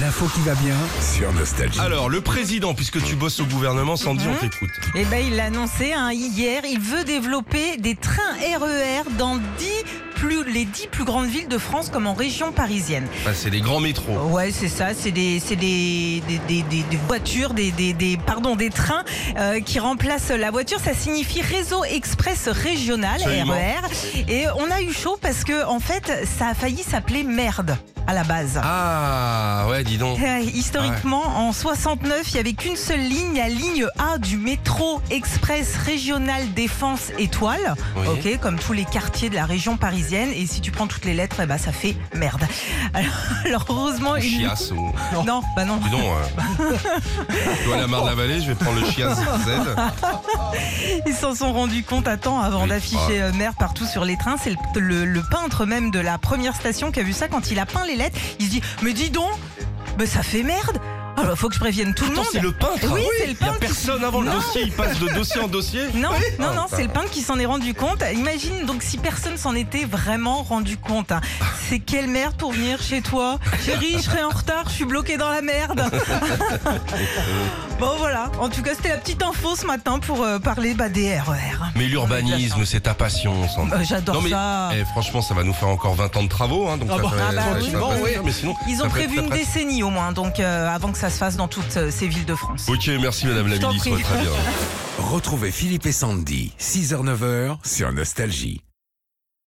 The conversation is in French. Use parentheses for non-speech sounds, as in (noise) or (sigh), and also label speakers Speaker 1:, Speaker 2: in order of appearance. Speaker 1: L'info qui va bien.
Speaker 2: sur Nostalgie.
Speaker 3: Alors, le président, puisque tu bosses au gouvernement, Sandy, on t'écoute.
Speaker 4: Eh ben, il l'a annoncé hein, hier, il veut développer des trains RER dans 10 plus, les 10 plus grandes villes de France comme en région parisienne.
Speaker 3: Enfin, Bah, c'est les grands métros.
Speaker 4: Ouais, c'est ça, c'est des, c'est des, des, des- des- des voitures, des, des, des- pardon, des trains euh, qui remplacent la voiture. Ça signifie réseau express régional,
Speaker 3: Absolument.
Speaker 4: RER. Et on a eu chaud parce que, en fait, ça a failli s'appeler merde à la base.
Speaker 3: Ah, ouais, dis donc.
Speaker 4: Euh, Historiquement, en 69, il n'y avait qu'une seule ligne, la ligne A du métro express régional défense étoile,
Speaker 3: Oui.
Speaker 4: ok, comme tous les quartiers de la région parisienne. Et si tu prends toutes les lettres, eh ben, ça fait merde. (laughs) Alors, alors, heureusement,
Speaker 3: Ou
Speaker 4: une...
Speaker 3: Chiasse ou.
Speaker 4: (laughs) non, bah non.
Speaker 3: Dis donc. euh, je dois aller à Marne-la-Vallée, je vais prendre le
Speaker 4: (laughs)
Speaker 3: Chiasse Z.
Speaker 4: Ils s'en sont rendus compte à temps avant
Speaker 3: Oui.
Speaker 4: d'afficher euh, merde partout sur les trains. C'est le, le- le peintre même de la première station qui a vu ça quand il a peint les lettres. Il se dit Mais dis donc, mais ça fait merde. Alors faut que je prévienne tout le
Speaker 3: Attends,
Speaker 4: monde.
Speaker 3: c'est le peintre.
Speaker 4: Oui, c'est le
Speaker 3: Il y a
Speaker 4: peintre.
Speaker 3: personne avant le
Speaker 4: Non.
Speaker 3: dossier, il passe de dossier en dossier.
Speaker 4: Non, non,
Speaker 3: Ah,
Speaker 4: non,
Speaker 3: ça
Speaker 4: c'est le peintre qui s'en est rendu compte. Imagine donc si personne s'en était vraiment rendu compte. hein. C'est quelle merde pour venir chez toi Chérie, je serai en retard, je suis bloqué dans la
Speaker 3: (laughs)
Speaker 4: merde. bon voilà, en tout cas c'était la petite info ce matin pour euh, parler bah, des RER.
Speaker 3: Mais l'urbanisme, c'est ta passion, Sandy.
Speaker 4: Euh,
Speaker 3: Non
Speaker 4: J'adore
Speaker 3: mais
Speaker 4: ça.
Speaker 3: eh, franchement, ça va nous faire encore 20 ans de travaux, hein, donc
Speaker 1: Ah
Speaker 3: ça
Speaker 1: bah,
Speaker 3: fait-
Speaker 4: ah bah
Speaker 3: ça fait
Speaker 4: oui.
Speaker 3: pas
Speaker 1: Bon,
Speaker 3: mal,
Speaker 1: oui.
Speaker 3: mais sinon,
Speaker 4: Ils
Speaker 3: ça
Speaker 4: ont
Speaker 3: peut être
Speaker 4: prévu
Speaker 3: très
Speaker 4: une
Speaker 3: pratique.
Speaker 4: décennie au moins, donc euh, avant que ça se fasse dans toutes euh, ces villes de France.
Speaker 3: Ok, merci Madame la
Speaker 4: Je t'en
Speaker 3: Ministre,
Speaker 4: prie.
Speaker 3: très bien.
Speaker 2: Retrouvez Philippe et Sandy, 6h-9h sur Nostalgie.